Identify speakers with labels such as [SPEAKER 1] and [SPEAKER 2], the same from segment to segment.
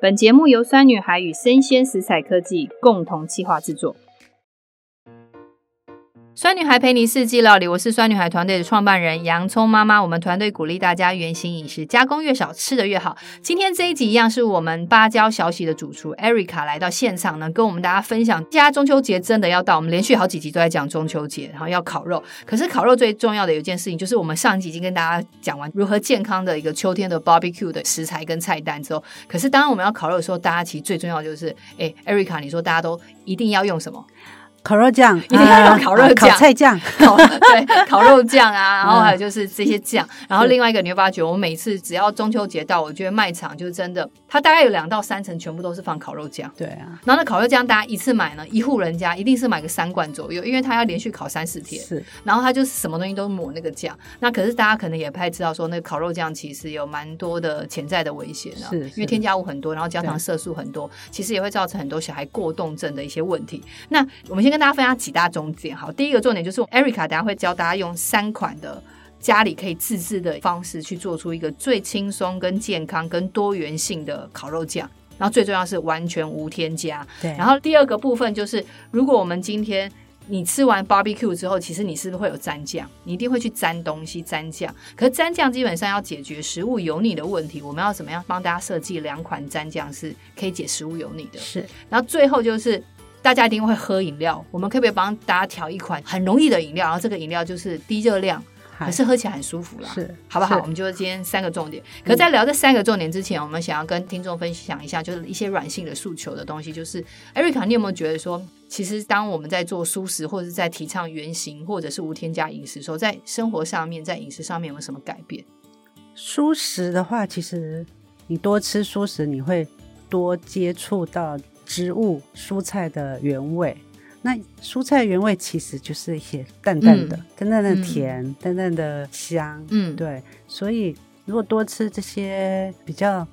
[SPEAKER 1] 本节目由酸女孩与生鲜食材科技共同企划制作。酸女孩陪你四季料理，我是酸女孩团队的创办人洋葱妈妈。我们团队鼓励大家原形饮食，加工越少，吃的越好。今天这一集一样是我们芭蕉小喜的主厨 Erica 来到现场呢，跟我们大家分享。现在中秋节真的要到，我们连续好几集都在讲中秋节，然后要烤肉。可是烤肉最重要的有一件事情，就是我们上一集已经跟大家讲完如何健康的一个秋天的 barbecue 的食材跟菜单之后，可是当我们要烤肉的时候，大家其实最重要的就是，哎，Erica，你说大家都一定要用什么？
[SPEAKER 2] 烤肉酱，
[SPEAKER 1] 一定要用烤肉
[SPEAKER 2] 啊
[SPEAKER 1] 酱
[SPEAKER 2] 烤菜酱，
[SPEAKER 1] 烤对烤肉酱啊，然后还有就是这些酱，然后另外一个你会发觉，我每次只要中秋节到，我觉得卖场就是真的，它大概有两到三层全部都是放烤肉酱。
[SPEAKER 2] 对啊，
[SPEAKER 1] 然后那烤肉酱大家一次买呢，一户人家一定是买个三罐左右，因为它要连续烤三四天。
[SPEAKER 2] 是
[SPEAKER 1] 然后它就是什么东西都抹那个酱。那可是大家可能也不太知道，说那个烤肉酱其实有蛮多的潜在的危险啊，
[SPEAKER 2] 是
[SPEAKER 1] 因为
[SPEAKER 2] 是
[SPEAKER 1] 添加物很多，然后焦糖色素很多，其实也会造成很多小孩过动症的一些问题。那我们先跟大家分享几大重点。好，第一个重点就是 Erica，等下会教大家用三款的。家里可以自制的方式去做出一个最轻松、跟健康、跟多元性的烤肉酱，然后最重要是完全无添加。
[SPEAKER 2] 对，
[SPEAKER 1] 然后第二个部分就是，如果我们今天你吃完 barbecue 之后，其实你是不是会有蘸酱？你一定会去沾东西、沾酱。可是沾酱基本上要解决食物油腻的问题，我们要怎么样帮大家设计两款蘸酱是可以解食物油腻的？
[SPEAKER 2] 是
[SPEAKER 1] 然后最后就是。大家一定会喝饮料，我们可不可以帮大家调一款很容易的饮料？然后这个饮料就是低热量，可
[SPEAKER 2] 还
[SPEAKER 1] 是喝起来很舒服啦。
[SPEAKER 2] 是
[SPEAKER 1] 好不好？嗯
[SPEAKER 2] 是嗯
[SPEAKER 1] 我们就今天三个重点。可在聊这三个重点之前，我们想要跟听众分享一下，就是一些软性的诉求的东西。就是 Erica，你有没有觉得说，其实当我们在做素食，或者是在提倡原型或者是无添加饮食的时候，在生活上面，在饮食上面有没有什么改变？
[SPEAKER 2] 蔬食的话，其实你多吃蔬食，你会多接触到植物蔬菜的原味。那蔬菜原味其实就是一些淡淡的、淡淡的
[SPEAKER 1] 嗯
[SPEAKER 2] 甜、淡淡的香，
[SPEAKER 1] 嗯，，
[SPEAKER 2] 对。所以如果多吃这些比较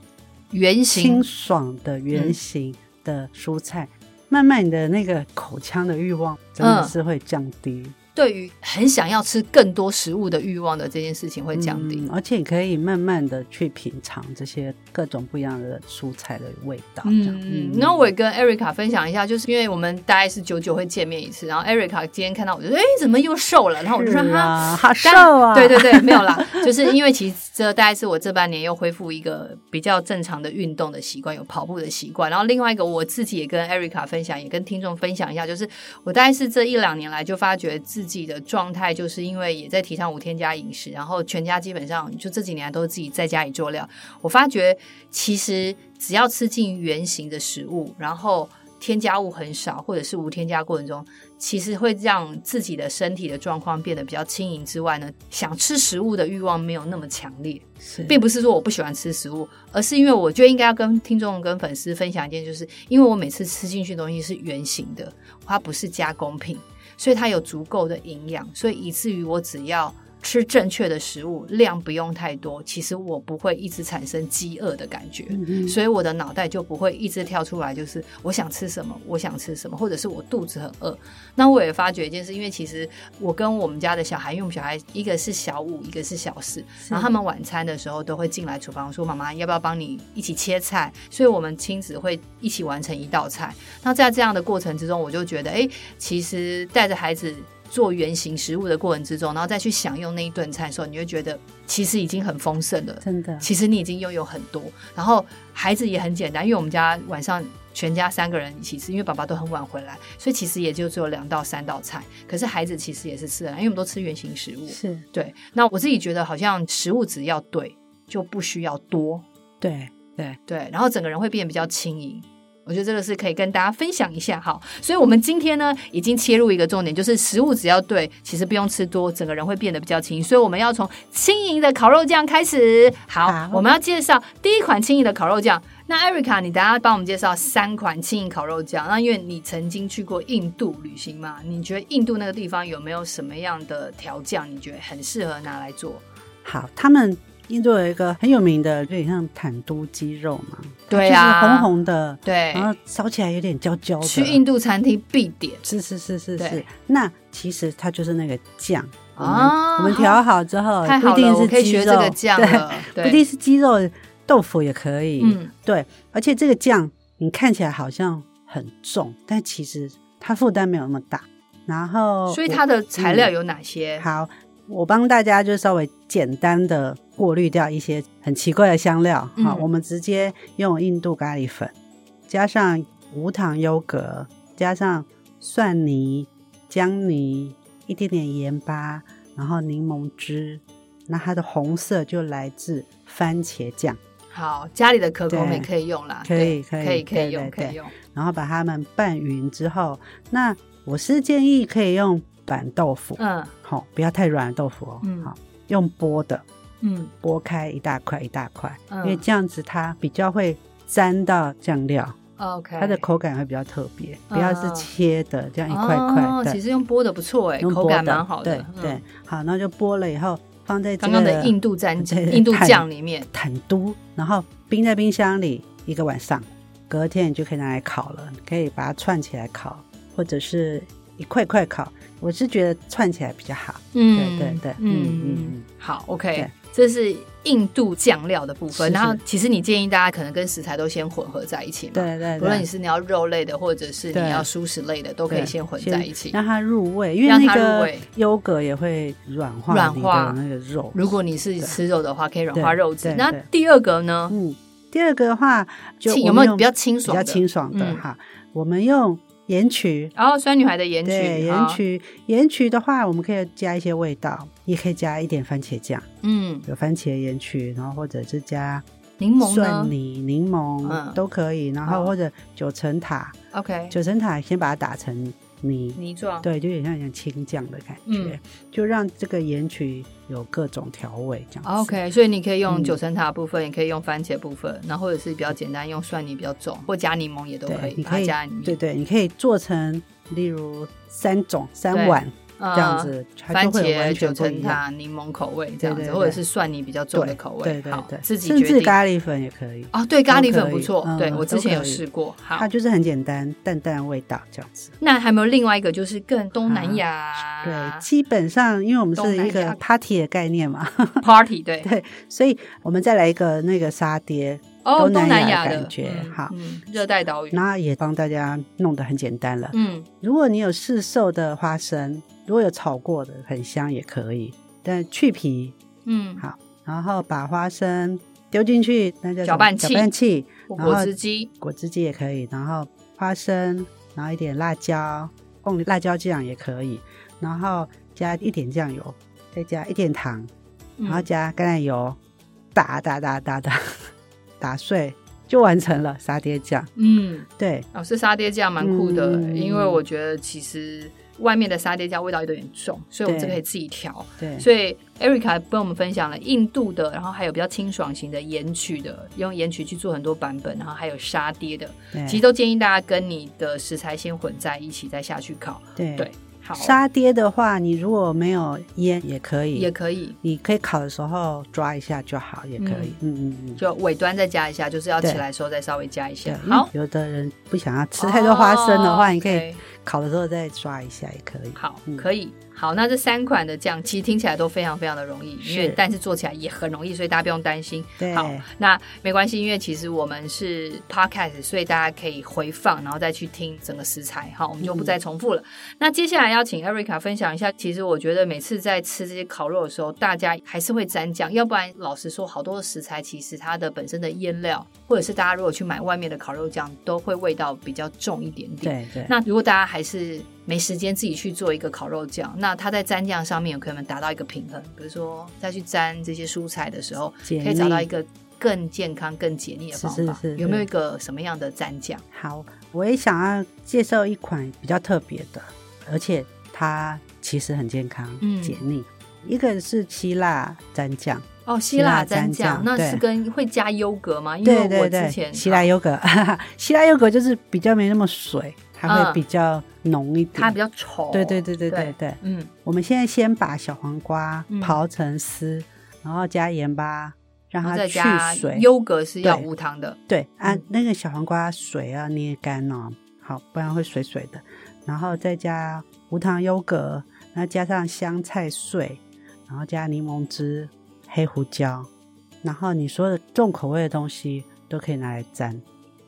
[SPEAKER 1] 原型
[SPEAKER 2] 清爽的
[SPEAKER 1] 嗯
[SPEAKER 2] 圆形的蔬菜，慢慢你的那个口腔的欲
[SPEAKER 1] 嗯
[SPEAKER 2] 望真的是会降低，
[SPEAKER 1] 对于很想要吃更多食物的欲望的这件事情会降低。
[SPEAKER 2] 嗯而且你可以慢慢的去品尝这些各种不一样的蔬菜的味道。这样
[SPEAKER 1] 嗯，那我也跟 Erica 分享一下，就是因为我们大概是久久会见面一次，然后 Erica 今天看到我就说，哎、怎么又瘦了？然后我就说，
[SPEAKER 2] 是
[SPEAKER 1] 哈、
[SPEAKER 2] 啊，好瘦
[SPEAKER 1] 但
[SPEAKER 2] 啊，
[SPEAKER 1] 对对对，没有啦， 就是因为其实这大概是我这半年又恢复一个比较正常的运动的习惯，有跑步的习惯。然后另外一个我自己也跟 Erica 分享，也跟听众分享一下，就是我大概是这一两年来就发觉自己的状态，就是因为也在提倡无添加饮食，然后全家基本上就这几年来都是自己在家里做料。我发觉其实只要吃进原形的食物，然后添加物很少，或者是无添加过程中，其实会让自己的身体的状况变得比较轻盈之外呢，想吃食物的欲望没有那么强烈，
[SPEAKER 2] 是
[SPEAKER 1] 并不是说我不喜欢吃食物，而是因为我觉得应该要跟听众跟粉丝分享一件，就是因为我每次吃进去的东西是圆形的，它不是加工品，所以它有足够的营养，所以以至于我只要吃正确的食物，量不用太多，其实我不会一直产生饥饿的感觉。
[SPEAKER 2] 嗯
[SPEAKER 1] 所以我的脑袋就不会一直跳出来，就是我想吃什么，我想吃什么，或者是我肚子很饿。那我也发觉一件事，因为其实我跟我们家的小孩，因为我们小孩一个是小五，一个是小四，然后他们晚餐的时候都会进来厨房说：“妈妈，要不要帮你一起切菜？”所以我们亲子会一起完成一道菜。那在这样的过程之中，我就觉得，哎，其实带着孩子。做原型食物的过程之中，然后再去享用那一顿菜的时候，你会觉得其实已经很丰盛了，
[SPEAKER 2] 真的
[SPEAKER 1] 其实你已经拥有很多。然后孩子也很简单，因为我们家晚上全家三个人一起吃，因为爸爸都很晚回来，所以其实也就只有两到三道菜。可是孩子其实也是吃的，因为我们都吃原形食物。
[SPEAKER 2] 是
[SPEAKER 1] 对，那我自己觉得好像食物只要对，就不需要多。
[SPEAKER 2] 对对
[SPEAKER 1] 对，然后整个人会变得比较轻盈。我觉得这个是可以跟大家分享一下哈，所以我们今天呢已经切入一个重点，就是食物只要对，其实不用吃多，整个人会变得比较轻盈。所以我们要从轻盈的烤肉酱开始。好，
[SPEAKER 2] 好
[SPEAKER 1] 我们要介绍第一款轻盈的烤肉酱。那 Erica，你等一下帮我们介绍三款轻盈烤肉酱。那因为你曾经去过印度旅行嘛，你觉得印度那个地方有没有什么样的调酱，你觉得很适合拿来做？
[SPEAKER 2] 好，他们。印度有一个很有名的，有点像坦都鸡肉嘛，
[SPEAKER 1] 对
[SPEAKER 2] 就
[SPEAKER 1] 啊，
[SPEAKER 2] 是红红的，
[SPEAKER 1] 对，
[SPEAKER 2] 然后烧起来有点焦焦的。
[SPEAKER 1] 去印度餐厅必点。
[SPEAKER 2] 是是是是
[SPEAKER 1] 对
[SPEAKER 2] 是，那其实它就是那个酱我们
[SPEAKER 1] 啊
[SPEAKER 2] 我们调好之后
[SPEAKER 1] 太，
[SPEAKER 2] 不
[SPEAKER 1] 好
[SPEAKER 2] 一
[SPEAKER 1] 了，
[SPEAKER 2] 呃
[SPEAKER 1] 我
[SPEAKER 2] 定是
[SPEAKER 1] 可以
[SPEAKER 2] 鸡
[SPEAKER 1] 学
[SPEAKER 2] 肉，
[SPEAKER 1] 这个酱
[SPEAKER 2] 对
[SPEAKER 1] 了。
[SPEAKER 2] 不一定是鸡肉，豆腐也可以，
[SPEAKER 1] 嗯，
[SPEAKER 2] 对，而且这个酱你看起来好像很重，但其实它负担没有那么大。然后，
[SPEAKER 1] 所以它的材
[SPEAKER 2] 嗯
[SPEAKER 1] 料有哪些？
[SPEAKER 2] 好，我帮大家就稍微简单的过滤掉一些很奇怪的香料啊、
[SPEAKER 1] 嗯
[SPEAKER 2] 我们直接用印度咖喱粉，加上无糖优格，加上蒜泥、姜泥，一点点盐巴，然后柠檬汁。那它的红色就来自番茄酱，
[SPEAKER 1] 好，家里的可口美
[SPEAKER 2] 对
[SPEAKER 1] 可以用啦，
[SPEAKER 2] 可
[SPEAKER 1] 对
[SPEAKER 2] 以
[SPEAKER 1] 可
[SPEAKER 2] 可以
[SPEAKER 1] 可以
[SPEAKER 2] 对
[SPEAKER 1] 用，
[SPEAKER 2] 对
[SPEAKER 1] 可以
[SPEAKER 2] 对
[SPEAKER 1] 用。
[SPEAKER 2] 然后把它们拌匀之后，那我是建议可以用板豆腐，
[SPEAKER 1] 嗯
[SPEAKER 2] 好、不要太软的豆腐哦，好、
[SPEAKER 1] 嗯
[SPEAKER 2] 用剥的，
[SPEAKER 1] 嗯
[SPEAKER 2] 剥开一大块一大块，因为
[SPEAKER 1] 嗯
[SPEAKER 2] 这样子它比较会沾到酱料，
[SPEAKER 1] ，OK，
[SPEAKER 2] 它的口感会比较特别，
[SPEAKER 1] 嗯
[SPEAKER 2] 不要是切的这样一块块
[SPEAKER 1] 哦
[SPEAKER 2] 的，
[SPEAKER 1] 其实用剥的不错哎，
[SPEAKER 2] 用
[SPEAKER 1] 口
[SPEAKER 2] 剥
[SPEAKER 1] 感
[SPEAKER 2] 的
[SPEAKER 1] 蛮好的。
[SPEAKER 2] 对
[SPEAKER 1] 嗯
[SPEAKER 2] 对，，好，那就剥了以后放在这
[SPEAKER 1] 刚
[SPEAKER 2] 个
[SPEAKER 1] 刚的印度蘸
[SPEAKER 2] 对对
[SPEAKER 1] 印度
[SPEAKER 2] 碳
[SPEAKER 1] 酱里面，
[SPEAKER 2] 坦都，然后冰在冰箱里一个晚上，隔天你就可以拿来烤了，你可以把它串起来烤，或者是一块块烤。我是觉得串起来比较好。
[SPEAKER 1] 嗯，
[SPEAKER 2] 对对
[SPEAKER 1] 嗯
[SPEAKER 2] 嗯
[SPEAKER 1] 嗯
[SPEAKER 2] 嗯
[SPEAKER 1] 嗯
[SPEAKER 2] 嗯，
[SPEAKER 1] 好，OK
[SPEAKER 2] 对。
[SPEAKER 1] 这是印度酱料的部分，
[SPEAKER 2] 是
[SPEAKER 1] 然后
[SPEAKER 2] 是
[SPEAKER 1] 其实你建议大家可能跟食材都先混合在一起嘛，
[SPEAKER 2] 对对
[SPEAKER 1] 不论你
[SPEAKER 2] 对，
[SPEAKER 1] 是你要肉类的，或者是你
[SPEAKER 2] 对
[SPEAKER 1] 要素食类的，都可以先混在一起。
[SPEAKER 2] 让它入味，因为
[SPEAKER 1] 让它
[SPEAKER 2] 那
[SPEAKER 1] 入
[SPEAKER 2] 个
[SPEAKER 1] 味
[SPEAKER 2] 优格也会软化
[SPEAKER 1] 软
[SPEAKER 2] 你
[SPEAKER 1] 化
[SPEAKER 2] 的那个肉。
[SPEAKER 1] 如果你是吃肉的话，可以软化
[SPEAKER 2] 对
[SPEAKER 1] 肉质
[SPEAKER 2] 对。
[SPEAKER 1] 那
[SPEAKER 2] 对
[SPEAKER 1] 第二个呢？
[SPEAKER 2] 嗯，第二个的话，就
[SPEAKER 1] 清
[SPEAKER 2] 我
[SPEAKER 1] 有没
[SPEAKER 2] 们
[SPEAKER 1] 有
[SPEAKER 2] 用
[SPEAKER 1] 比较清
[SPEAKER 2] 比
[SPEAKER 1] 爽的？
[SPEAKER 2] 较清爽的
[SPEAKER 1] 嗯
[SPEAKER 2] 哈？我们用盐曲
[SPEAKER 1] 然后哦酸女孩的盐曲，哦啊
[SPEAKER 2] 对，
[SPEAKER 1] 好
[SPEAKER 2] 盐，曲盐曲的话，我们可以加一些味道，也可以加一点番茄酱，
[SPEAKER 1] 嗯，
[SPEAKER 2] 有番茄盐曲，然后或者是加
[SPEAKER 1] 柠檬呢
[SPEAKER 2] 蒜泥、柠檬、
[SPEAKER 1] 嗯
[SPEAKER 2] 都可以，然后
[SPEAKER 1] 好
[SPEAKER 2] 或者九层塔，
[SPEAKER 1] ？OK，
[SPEAKER 2] 九层塔先把它打成泥，
[SPEAKER 1] 泥状，
[SPEAKER 2] 对，就有点像像青酱的感觉，
[SPEAKER 1] 嗯
[SPEAKER 2] 就让这个盐曲有各种调味这样子。
[SPEAKER 1] 哦 OK，所以你可以用
[SPEAKER 2] 嗯
[SPEAKER 1] 九层塔的部分，也可以用番茄部分，然后或者是比较简单用蒜泥比较重，或加柠檬也都可
[SPEAKER 2] 对，
[SPEAKER 1] 以，
[SPEAKER 2] 你
[SPEAKER 1] 把
[SPEAKER 2] 可
[SPEAKER 1] 它
[SPEAKER 2] 以
[SPEAKER 1] 加里面，
[SPEAKER 2] 对对，你可以做成例如三种三碗
[SPEAKER 1] 这
[SPEAKER 2] 这样。子，
[SPEAKER 1] 啊嗯
[SPEAKER 2] 它
[SPEAKER 1] 番
[SPEAKER 2] 就会有
[SPEAKER 1] 茄、
[SPEAKER 2] 完
[SPEAKER 1] 九
[SPEAKER 2] 全不
[SPEAKER 1] 层
[SPEAKER 2] 一样。
[SPEAKER 1] 塔、柠檬口味这样子，
[SPEAKER 2] 对对对
[SPEAKER 1] 或者是蒜泥比较重的口味，
[SPEAKER 2] 对对
[SPEAKER 1] 好
[SPEAKER 2] 对，
[SPEAKER 1] 自己
[SPEAKER 2] 甚
[SPEAKER 1] 决
[SPEAKER 2] 至
[SPEAKER 1] 定。
[SPEAKER 2] 咖喱粉也可以，
[SPEAKER 1] 哦，对，咖喱
[SPEAKER 2] 都
[SPEAKER 1] 粉
[SPEAKER 2] 可以
[SPEAKER 1] 不错，
[SPEAKER 2] 嗯
[SPEAKER 1] 对我之前有
[SPEAKER 2] 都可以
[SPEAKER 1] 试过。好
[SPEAKER 2] 它，就是很简单，淡淡的味道这样子。
[SPEAKER 1] 那还有没有另外一个就是更东南亚
[SPEAKER 2] 对，基本上因为我们
[SPEAKER 1] 啊东
[SPEAKER 2] 是
[SPEAKER 1] 南
[SPEAKER 2] 一
[SPEAKER 1] 亚
[SPEAKER 2] 个 party 的概念嘛，
[SPEAKER 1] party 对
[SPEAKER 2] 对所以我们再来一个那个沙爹，
[SPEAKER 1] 哦
[SPEAKER 2] 东南
[SPEAKER 1] 南
[SPEAKER 2] 亚的
[SPEAKER 1] 的
[SPEAKER 2] 感觉
[SPEAKER 1] 嗯
[SPEAKER 2] 好
[SPEAKER 1] 嗯热带岛屿，
[SPEAKER 2] 那也帮大家弄得很简单了。
[SPEAKER 1] 嗯
[SPEAKER 2] 如果你有市售的花生，如果有炒过的很香也可以，但去皮，
[SPEAKER 1] 嗯，
[SPEAKER 2] 好然后把花生丢进去，那叫什
[SPEAKER 1] 搅
[SPEAKER 2] 么
[SPEAKER 1] 拌器
[SPEAKER 2] 搅拌器，
[SPEAKER 1] 或
[SPEAKER 2] 然后
[SPEAKER 1] 果汁机，
[SPEAKER 2] 果汁机也可以，然后花生，然后一点辣椒，凤梨辣椒酱也可以，然后加一点酱油，再加一点糖，
[SPEAKER 1] 嗯
[SPEAKER 2] 然后加橄榄油，打打打打打打碎就完成了沙爹酱。
[SPEAKER 1] 嗯，
[SPEAKER 2] 对，
[SPEAKER 1] 哦，是沙爹酱蛮酷的，
[SPEAKER 2] 嗯
[SPEAKER 1] 因为我觉得其实外面的沙爹酱味道有点重，所以我们
[SPEAKER 2] 对
[SPEAKER 1] 这可以自己调。
[SPEAKER 2] 对，
[SPEAKER 1] 所以 Erica 跟我们分享了印度的，然后还有比较清爽型的盐曲的，用盐曲去做很多版本，然后还有沙爹的，
[SPEAKER 2] 对
[SPEAKER 1] 其实都建议大家跟你的食材先混在一起，再下去烤。
[SPEAKER 2] 对
[SPEAKER 1] 对，好，
[SPEAKER 2] 沙爹的话，你如果没有腌也可以，
[SPEAKER 1] 也可以，
[SPEAKER 2] 你可以烤的时候抓一下就好，也可以。嗯嗯嗯。
[SPEAKER 1] 就尾端再加一下，就是要起
[SPEAKER 2] 对
[SPEAKER 1] 来的时候再稍微加一
[SPEAKER 2] 对
[SPEAKER 1] 下。，
[SPEAKER 2] 因为
[SPEAKER 1] 好，
[SPEAKER 2] 有的人不想要吃太多花生的话，
[SPEAKER 1] 哦
[SPEAKER 2] 你可以嗯
[SPEAKER 1] OK
[SPEAKER 2] 烤的时候再抓一下也可以。
[SPEAKER 1] 好，
[SPEAKER 2] 嗯
[SPEAKER 1] 可以。好，那这三款的酱其实听起来都非常非常的容易，因为
[SPEAKER 2] 是
[SPEAKER 1] 但是做起来也很容易，所以大家不用担心。
[SPEAKER 2] 对
[SPEAKER 1] 好，那没关系，因为其实我们是 podcast，所以大家可以回放，然后再去听整个食材。好，我们就不再
[SPEAKER 2] 嗯
[SPEAKER 1] 重复了。那接下来要请 Erica 分享一下，其实我觉得每次在吃这些烤肉的时候，大家还是会沾酱，要不然老实说，好多的食材其实它的本身的腌料，或者是大家如果去买外面的烤肉酱，都会味道比较重一点点。
[SPEAKER 2] 对对，
[SPEAKER 1] 那如果大家还是没时间自己去做一个烤肉酱，那它在蘸酱上面有可能达到一个平衡，比如说再去蘸这些蔬菜的时候，
[SPEAKER 2] 解
[SPEAKER 1] 可以找到
[SPEAKER 2] 腻
[SPEAKER 1] 一个更健康、更解腻的方法。
[SPEAKER 2] 是是是
[SPEAKER 1] 有没有一个什么样的蘸酱？
[SPEAKER 2] 好，我也想要介绍一款比较特别的，而且它其实很健康、
[SPEAKER 1] 嗯
[SPEAKER 2] 解腻。一个是希腊蘸酱，
[SPEAKER 1] 哦，希
[SPEAKER 2] 希
[SPEAKER 1] 腊
[SPEAKER 2] 腊
[SPEAKER 1] 蘸
[SPEAKER 2] 蘸
[SPEAKER 1] 酱
[SPEAKER 2] 酱，
[SPEAKER 1] 那是
[SPEAKER 2] 对
[SPEAKER 1] 跟会加优格吗？因
[SPEAKER 2] 对
[SPEAKER 1] 为我之
[SPEAKER 2] 对对，
[SPEAKER 1] 前啊
[SPEAKER 2] 希腊优格， 希腊优格就是比较没那么水，它
[SPEAKER 1] 嗯
[SPEAKER 2] 会比较浓一点。
[SPEAKER 1] 它比较稠。
[SPEAKER 2] 对对对对对
[SPEAKER 1] 对
[SPEAKER 2] 对。
[SPEAKER 1] 嗯
[SPEAKER 2] 我们现在先把小黄瓜
[SPEAKER 1] 嗯
[SPEAKER 2] 刨成丝，然后加盐巴，让
[SPEAKER 1] 然后
[SPEAKER 2] 它
[SPEAKER 1] 再
[SPEAKER 2] 去
[SPEAKER 1] 加
[SPEAKER 2] 水。
[SPEAKER 1] 优格是要
[SPEAKER 2] 对
[SPEAKER 1] 无糖的，
[SPEAKER 2] 对啊
[SPEAKER 1] 嗯，
[SPEAKER 2] 那个小黄瓜水要捏干哦，好，不然会水水的。然后再加无糖优格，然后加上香菜碎，然后加柠檬汁、黑胡椒，然后你说的重口味的东西都可以拿来沾，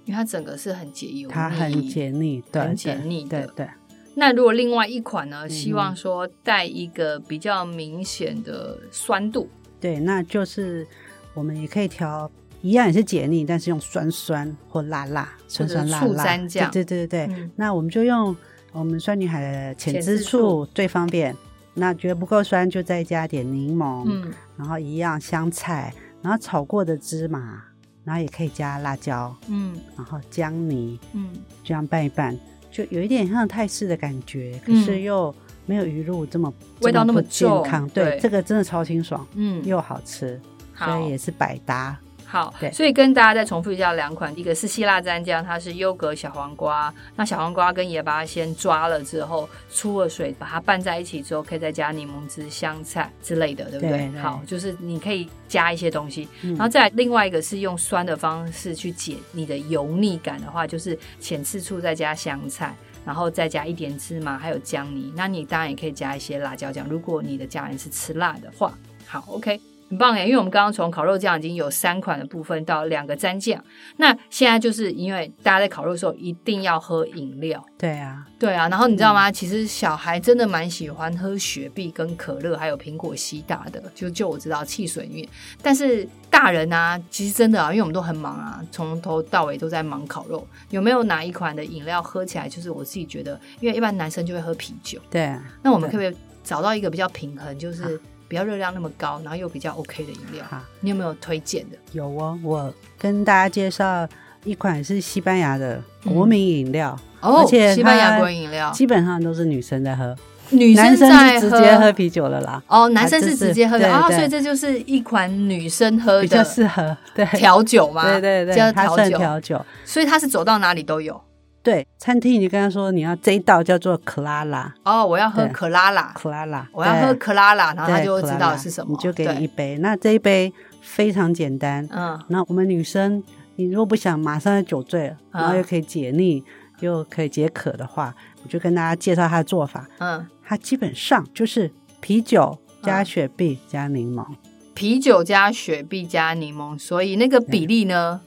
[SPEAKER 1] 因为它整个是很解油腻，
[SPEAKER 2] 它很解腻，对，
[SPEAKER 1] 很
[SPEAKER 2] 对
[SPEAKER 1] 解腻的
[SPEAKER 2] 对对。
[SPEAKER 1] 那如果另外一款呢，希望
[SPEAKER 2] 嗯
[SPEAKER 1] 说带一个比较明显的酸度，
[SPEAKER 2] 对，那就是我们也可以调一样也是解腻，但是用酸酸或辣辣、酸酸辣
[SPEAKER 1] 醋
[SPEAKER 2] 辣
[SPEAKER 1] 蘸酱
[SPEAKER 2] 对对对对，
[SPEAKER 1] 嗯
[SPEAKER 2] 那我们就用我们酸女孩的
[SPEAKER 1] 浅
[SPEAKER 2] 浅
[SPEAKER 1] 汁
[SPEAKER 2] 汁醋最方便。那觉得不够酸，就再加点柠檬，
[SPEAKER 1] 嗯，
[SPEAKER 2] 然后一样香菜，然后炒过的芝麻，然后也可以加辣椒，
[SPEAKER 1] 嗯
[SPEAKER 2] 然后姜泥，
[SPEAKER 1] 嗯
[SPEAKER 2] 这样拌一拌，就有一点像泰式的感觉，可
[SPEAKER 1] 嗯
[SPEAKER 2] 是又没有鱼露这么
[SPEAKER 1] 味道那么
[SPEAKER 2] 这不
[SPEAKER 1] 重
[SPEAKER 2] 健康。
[SPEAKER 1] 对
[SPEAKER 2] 对，这个真的超清爽
[SPEAKER 1] 嗯，
[SPEAKER 2] 又好吃，所
[SPEAKER 1] 好
[SPEAKER 2] 以也是百搭。
[SPEAKER 1] 好，
[SPEAKER 2] 对
[SPEAKER 1] 所以跟大家再重复一下两款，一个是希腊蘸酱，它是优格小黄瓜，那小黄瓜跟野巴先抓了之后，出了水，把它拌在一起之后，可以再加柠檬汁、香菜之类的，对不对？
[SPEAKER 2] 对对
[SPEAKER 1] 好，就是你可以加一些东西，
[SPEAKER 2] 嗯
[SPEAKER 1] 然后再来另外一个是用酸的方式去解你的油腻感的话，就是浅次醋再加香菜，然后再加一点芝麻，还有姜泥。那你当然也可以加一些辣椒酱，如果你的家人是吃辣的话。好，OK，很棒欸耶！因为我们刚刚从烤肉酱已经有三款的部分到两个蘸酱，那现在就是因为大家在烤肉的时候一定要喝饮料。
[SPEAKER 2] 对啊，
[SPEAKER 1] 对啊，然后你知道吗？其实小孩真的蛮喜欢喝雪碧、跟可乐，还有苹果西打的。就就我知道汽水里面，但是大人啊，其实真的啊，因为我们都很忙啊，从头到尾都在忙烤肉。有没有哪一款的饮料喝起来，就是我自己觉得，因为一般男生就会喝啤酒，
[SPEAKER 2] 对啊，
[SPEAKER 1] 那我们可
[SPEAKER 2] 对
[SPEAKER 1] 不可以找到一个比较平衡，就是不要热量那么高，然后又比较 OK 的饮料？
[SPEAKER 2] 好
[SPEAKER 1] 你有没有推荐的？
[SPEAKER 2] 有哦。我跟大家介绍一款是西班牙的国民饮料，
[SPEAKER 1] 哦
[SPEAKER 2] 而且它
[SPEAKER 1] 西班牙国饮料，
[SPEAKER 2] 基本上都是女生在喝，
[SPEAKER 1] 女
[SPEAKER 2] 男生
[SPEAKER 1] 在
[SPEAKER 2] 是直接喝啤酒了啦，
[SPEAKER 1] 哦，男生是
[SPEAKER 2] 就是
[SPEAKER 1] 直接喝的
[SPEAKER 2] 对
[SPEAKER 1] 哦，
[SPEAKER 2] 对
[SPEAKER 1] 所以这就是一款女生喝
[SPEAKER 2] 比较
[SPEAKER 1] 的
[SPEAKER 2] 适合。 对，
[SPEAKER 1] 调酒吗？
[SPEAKER 2] 对对
[SPEAKER 1] 叫
[SPEAKER 2] 对，它
[SPEAKER 1] 调
[SPEAKER 2] 算
[SPEAKER 1] 酒，
[SPEAKER 2] 调酒。
[SPEAKER 1] 所以它是走到哪里都有。
[SPEAKER 2] 对，餐厅你就跟他说你要这一道叫做克拉拉，
[SPEAKER 1] 哦，我要喝
[SPEAKER 2] 对
[SPEAKER 1] 可拉拉，
[SPEAKER 2] 克拉拉，
[SPEAKER 1] 我要喝可拉拉，然后他
[SPEAKER 2] 对
[SPEAKER 1] 就会知
[SPEAKER 2] Clara，
[SPEAKER 1] 道是什么。
[SPEAKER 2] 你就给
[SPEAKER 1] 对
[SPEAKER 2] 你一杯。那这一杯非常简单。
[SPEAKER 1] 嗯，
[SPEAKER 2] 那我们女生，你如果不想马上就酒醉了，
[SPEAKER 1] 嗯
[SPEAKER 2] 然后又可以解腻，又可以解渴的话，我就跟大家介绍它的做法。
[SPEAKER 1] 嗯，
[SPEAKER 2] 它基本上就是啤酒加
[SPEAKER 1] 嗯
[SPEAKER 2] 雪碧加柠檬，
[SPEAKER 1] 啤酒加雪碧加柠檬，所以那个比例呢，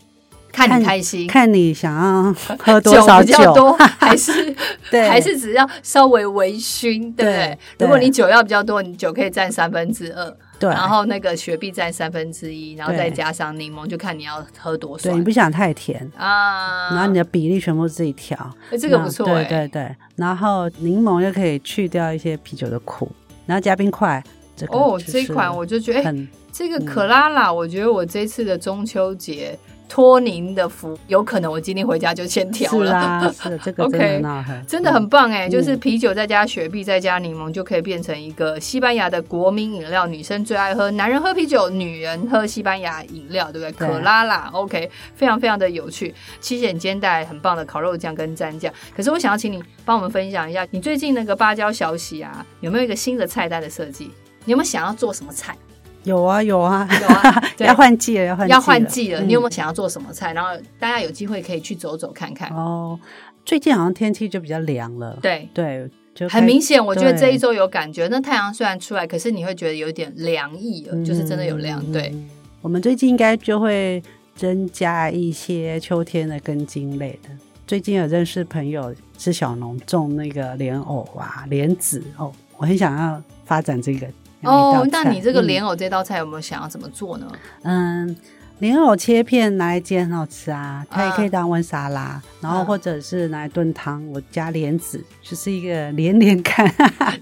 [SPEAKER 1] 看你
[SPEAKER 2] 看
[SPEAKER 1] 开心，
[SPEAKER 2] 看你 想要喝多少
[SPEAKER 1] 比
[SPEAKER 2] 酒。
[SPEAKER 1] 较 多还是
[SPEAKER 2] 对，
[SPEAKER 1] 还是只要稍微微醺，对不对
[SPEAKER 2] 对？
[SPEAKER 1] 如果
[SPEAKER 2] 对
[SPEAKER 1] 你酒要比较多，你酒可以占三分之二，
[SPEAKER 2] 对，
[SPEAKER 1] 然后那个雪碧占三分之一，然后
[SPEAKER 2] 对
[SPEAKER 1] 再加上柠檬，就看你要喝多
[SPEAKER 2] 对你
[SPEAKER 1] 酸
[SPEAKER 2] 不想太甜，
[SPEAKER 1] 啊。
[SPEAKER 2] 然后你的比例全部自己调。
[SPEAKER 1] 哎这个
[SPEAKER 2] 那
[SPEAKER 1] 不错哎、
[SPEAKER 2] 对对对，然后柠檬又可以去掉一些啤酒的苦，然后加冰块。这个
[SPEAKER 1] 哦，
[SPEAKER 2] 就
[SPEAKER 1] 这一
[SPEAKER 2] 是
[SPEAKER 1] 款我就觉得，哎、
[SPEAKER 2] 很嗯
[SPEAKER 1] 这个可拉拉，我觉得我这次的中秋节托您的福，有可能我今天回家就先调
[SPEAKER 2] 是
[SPEAKER 1] 了。
[SPEAKER 2] 啊，是的这个
[SPEAKER 1] OK，
[SPEAKER 2] 真的很好喝，
[SPEAKER 1] 真的很
[SPEAKER 2] 嗯
[SPEAKER 1] 棒哎、就是啤酒再加雪碧再加柠檬，就可以变成一个西班牙的国民饮料。女生最爱喝，男人喝啤酒，女人喝西班牙饮料，对不对？
[SPEAKER 2] 对啊
[SPEAKER 1] 可拉拉，OK，非常非常的有趣。七姐你今天带来很棒的烤肉酱跟蘸酱，可是我想要请你帮我们分享一下，你最近那个芭蕉小喜啊，有没有一个新的菜单的设计？你有没有想要做 什么菜？
[SPEAKER 2] 有啊有啊，
[SPEAKER 1] 有啊对
[SPEAKER 2] 要换季了，要换
[SPEAKER 1] 要换季了，
[SPEAKER 2] 嗯
[SPEAKER 1] 你有没有想要做什么菜？然后大家有机会可以去走走看看。
[SPEAKER 2] 哦？最近好像天气就比较凉了，
[SPEAKER 1] 对，
[SPEAKER 2] 对，就
[SPEAKER 1] 很
[SPEAKER 2] 开
[SPEAKER 1] 明显，我觉得
[SPEAKER 2] 对
[SPEAKER 1] 这一周有感觉。那太阳虽然出来，可是你会觉得有点凉意了，
[SPEAKER 2] 嗯
[SPEAKER 1] 就是真的有凉。对，
[SPEAKER 2] 嗯我们最近应该就会增加一些秋天的根茎类的。最近有认识朋友是小农种那个莲藕啊、莲子哦，我很想要发展这个。
[SPEAKER 1] 哦，那你这个
[SPEAKER 2] 莲
[SPEAKER 1] 莲藕这道菜有没有想要怎么做呢？
[SPEAKER 2] 嗯，莲藕切片拿来煎很好吃啊，它也可以当温沙拉，然后
[SPEAKER 1] 嗯
[SPEAKER 2] 或者是拿来炖汤。我加莲子，就是一个连连 看，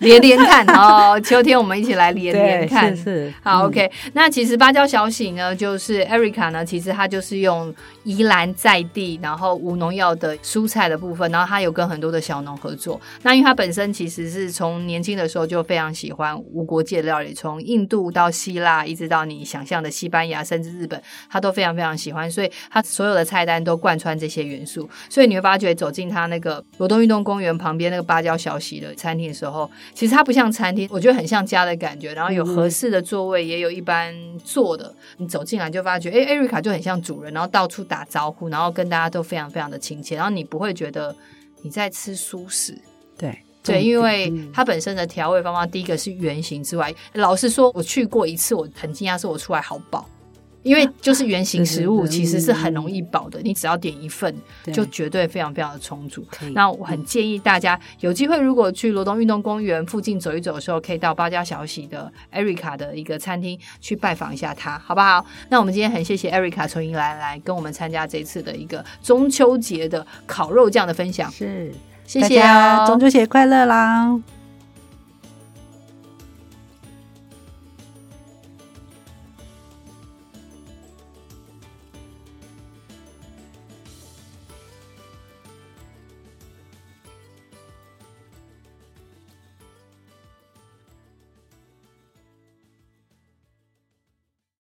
[SPEAKER 1] 连连 看哦，秋天我们一起来连连看
[SPEAKER 2] 啊对。是是
[SPEAKER 1] 好、
[SPEAKER 2] 嗯
[SPEAKER 1] o k 那其实芭蕉小喜呢，就是 Erica 呢，其实她就是用宜兰在地，然后无农药的蔬菜的部分，然后她有跟很多的小农合作。那因为她本身其实是从年轻的时候就非常喜欢无国界料理，从印度到希腊，一直到你想象的西班牙，甚至日本，她都非常非常喜欢，所以她所有的菜单都贯穿这些元素。所以你会发觉走进他那个罗东运动公园旁边那个芭蕉小喜的餐厅的时候，其实它不像餐厅，我觉得很像家的感觉。然后有合适的座位，也有一般坐的。你走进来就发觉，哎、艾瑞卡就很像主人，然后到处打招呼，然后跟大家都非常非常的亲切，然后你不会觉得你在吃素食。
[SPEAKER 2] 对
[SPEAKER 1] 对，因为
[SPEAKER 2] 嗯
[SPEAKER 1] 它本身的调味方法，第一个是圆形之外，老实说，我去过一次，我很惊讶，是我出来好饱。因为就是原型食物
[SPEAKER 2] 对对对
[SPEAKER 1] 其实是很容易饱的，你只要点一份
[SPEAKER 2] 对
[SPEAKER 1] 就绝对非常非常的充足。
[SPEAKER 2] 可以
[SPEAKER 1] 那我很建议大家有机会，如果去罗东运动公园附近走一走的时候，可以到八家小喜的 Erica 的一个餐厅去拜访一下她，好不好？那我们今天很谢谢 Erica 从迎来来跟我们参加这次的一个中秋节的烤肉酱的分享，
[SPEAKER 2] 是，
[SPEAKER 1] 谢
[SPEAKER 2] 大
[SPEAKER 1] 谢
[SPEAKER 2] 家
[SPEAKER 1] 哦
[SPEAKER 2] 中秋节快乐啦！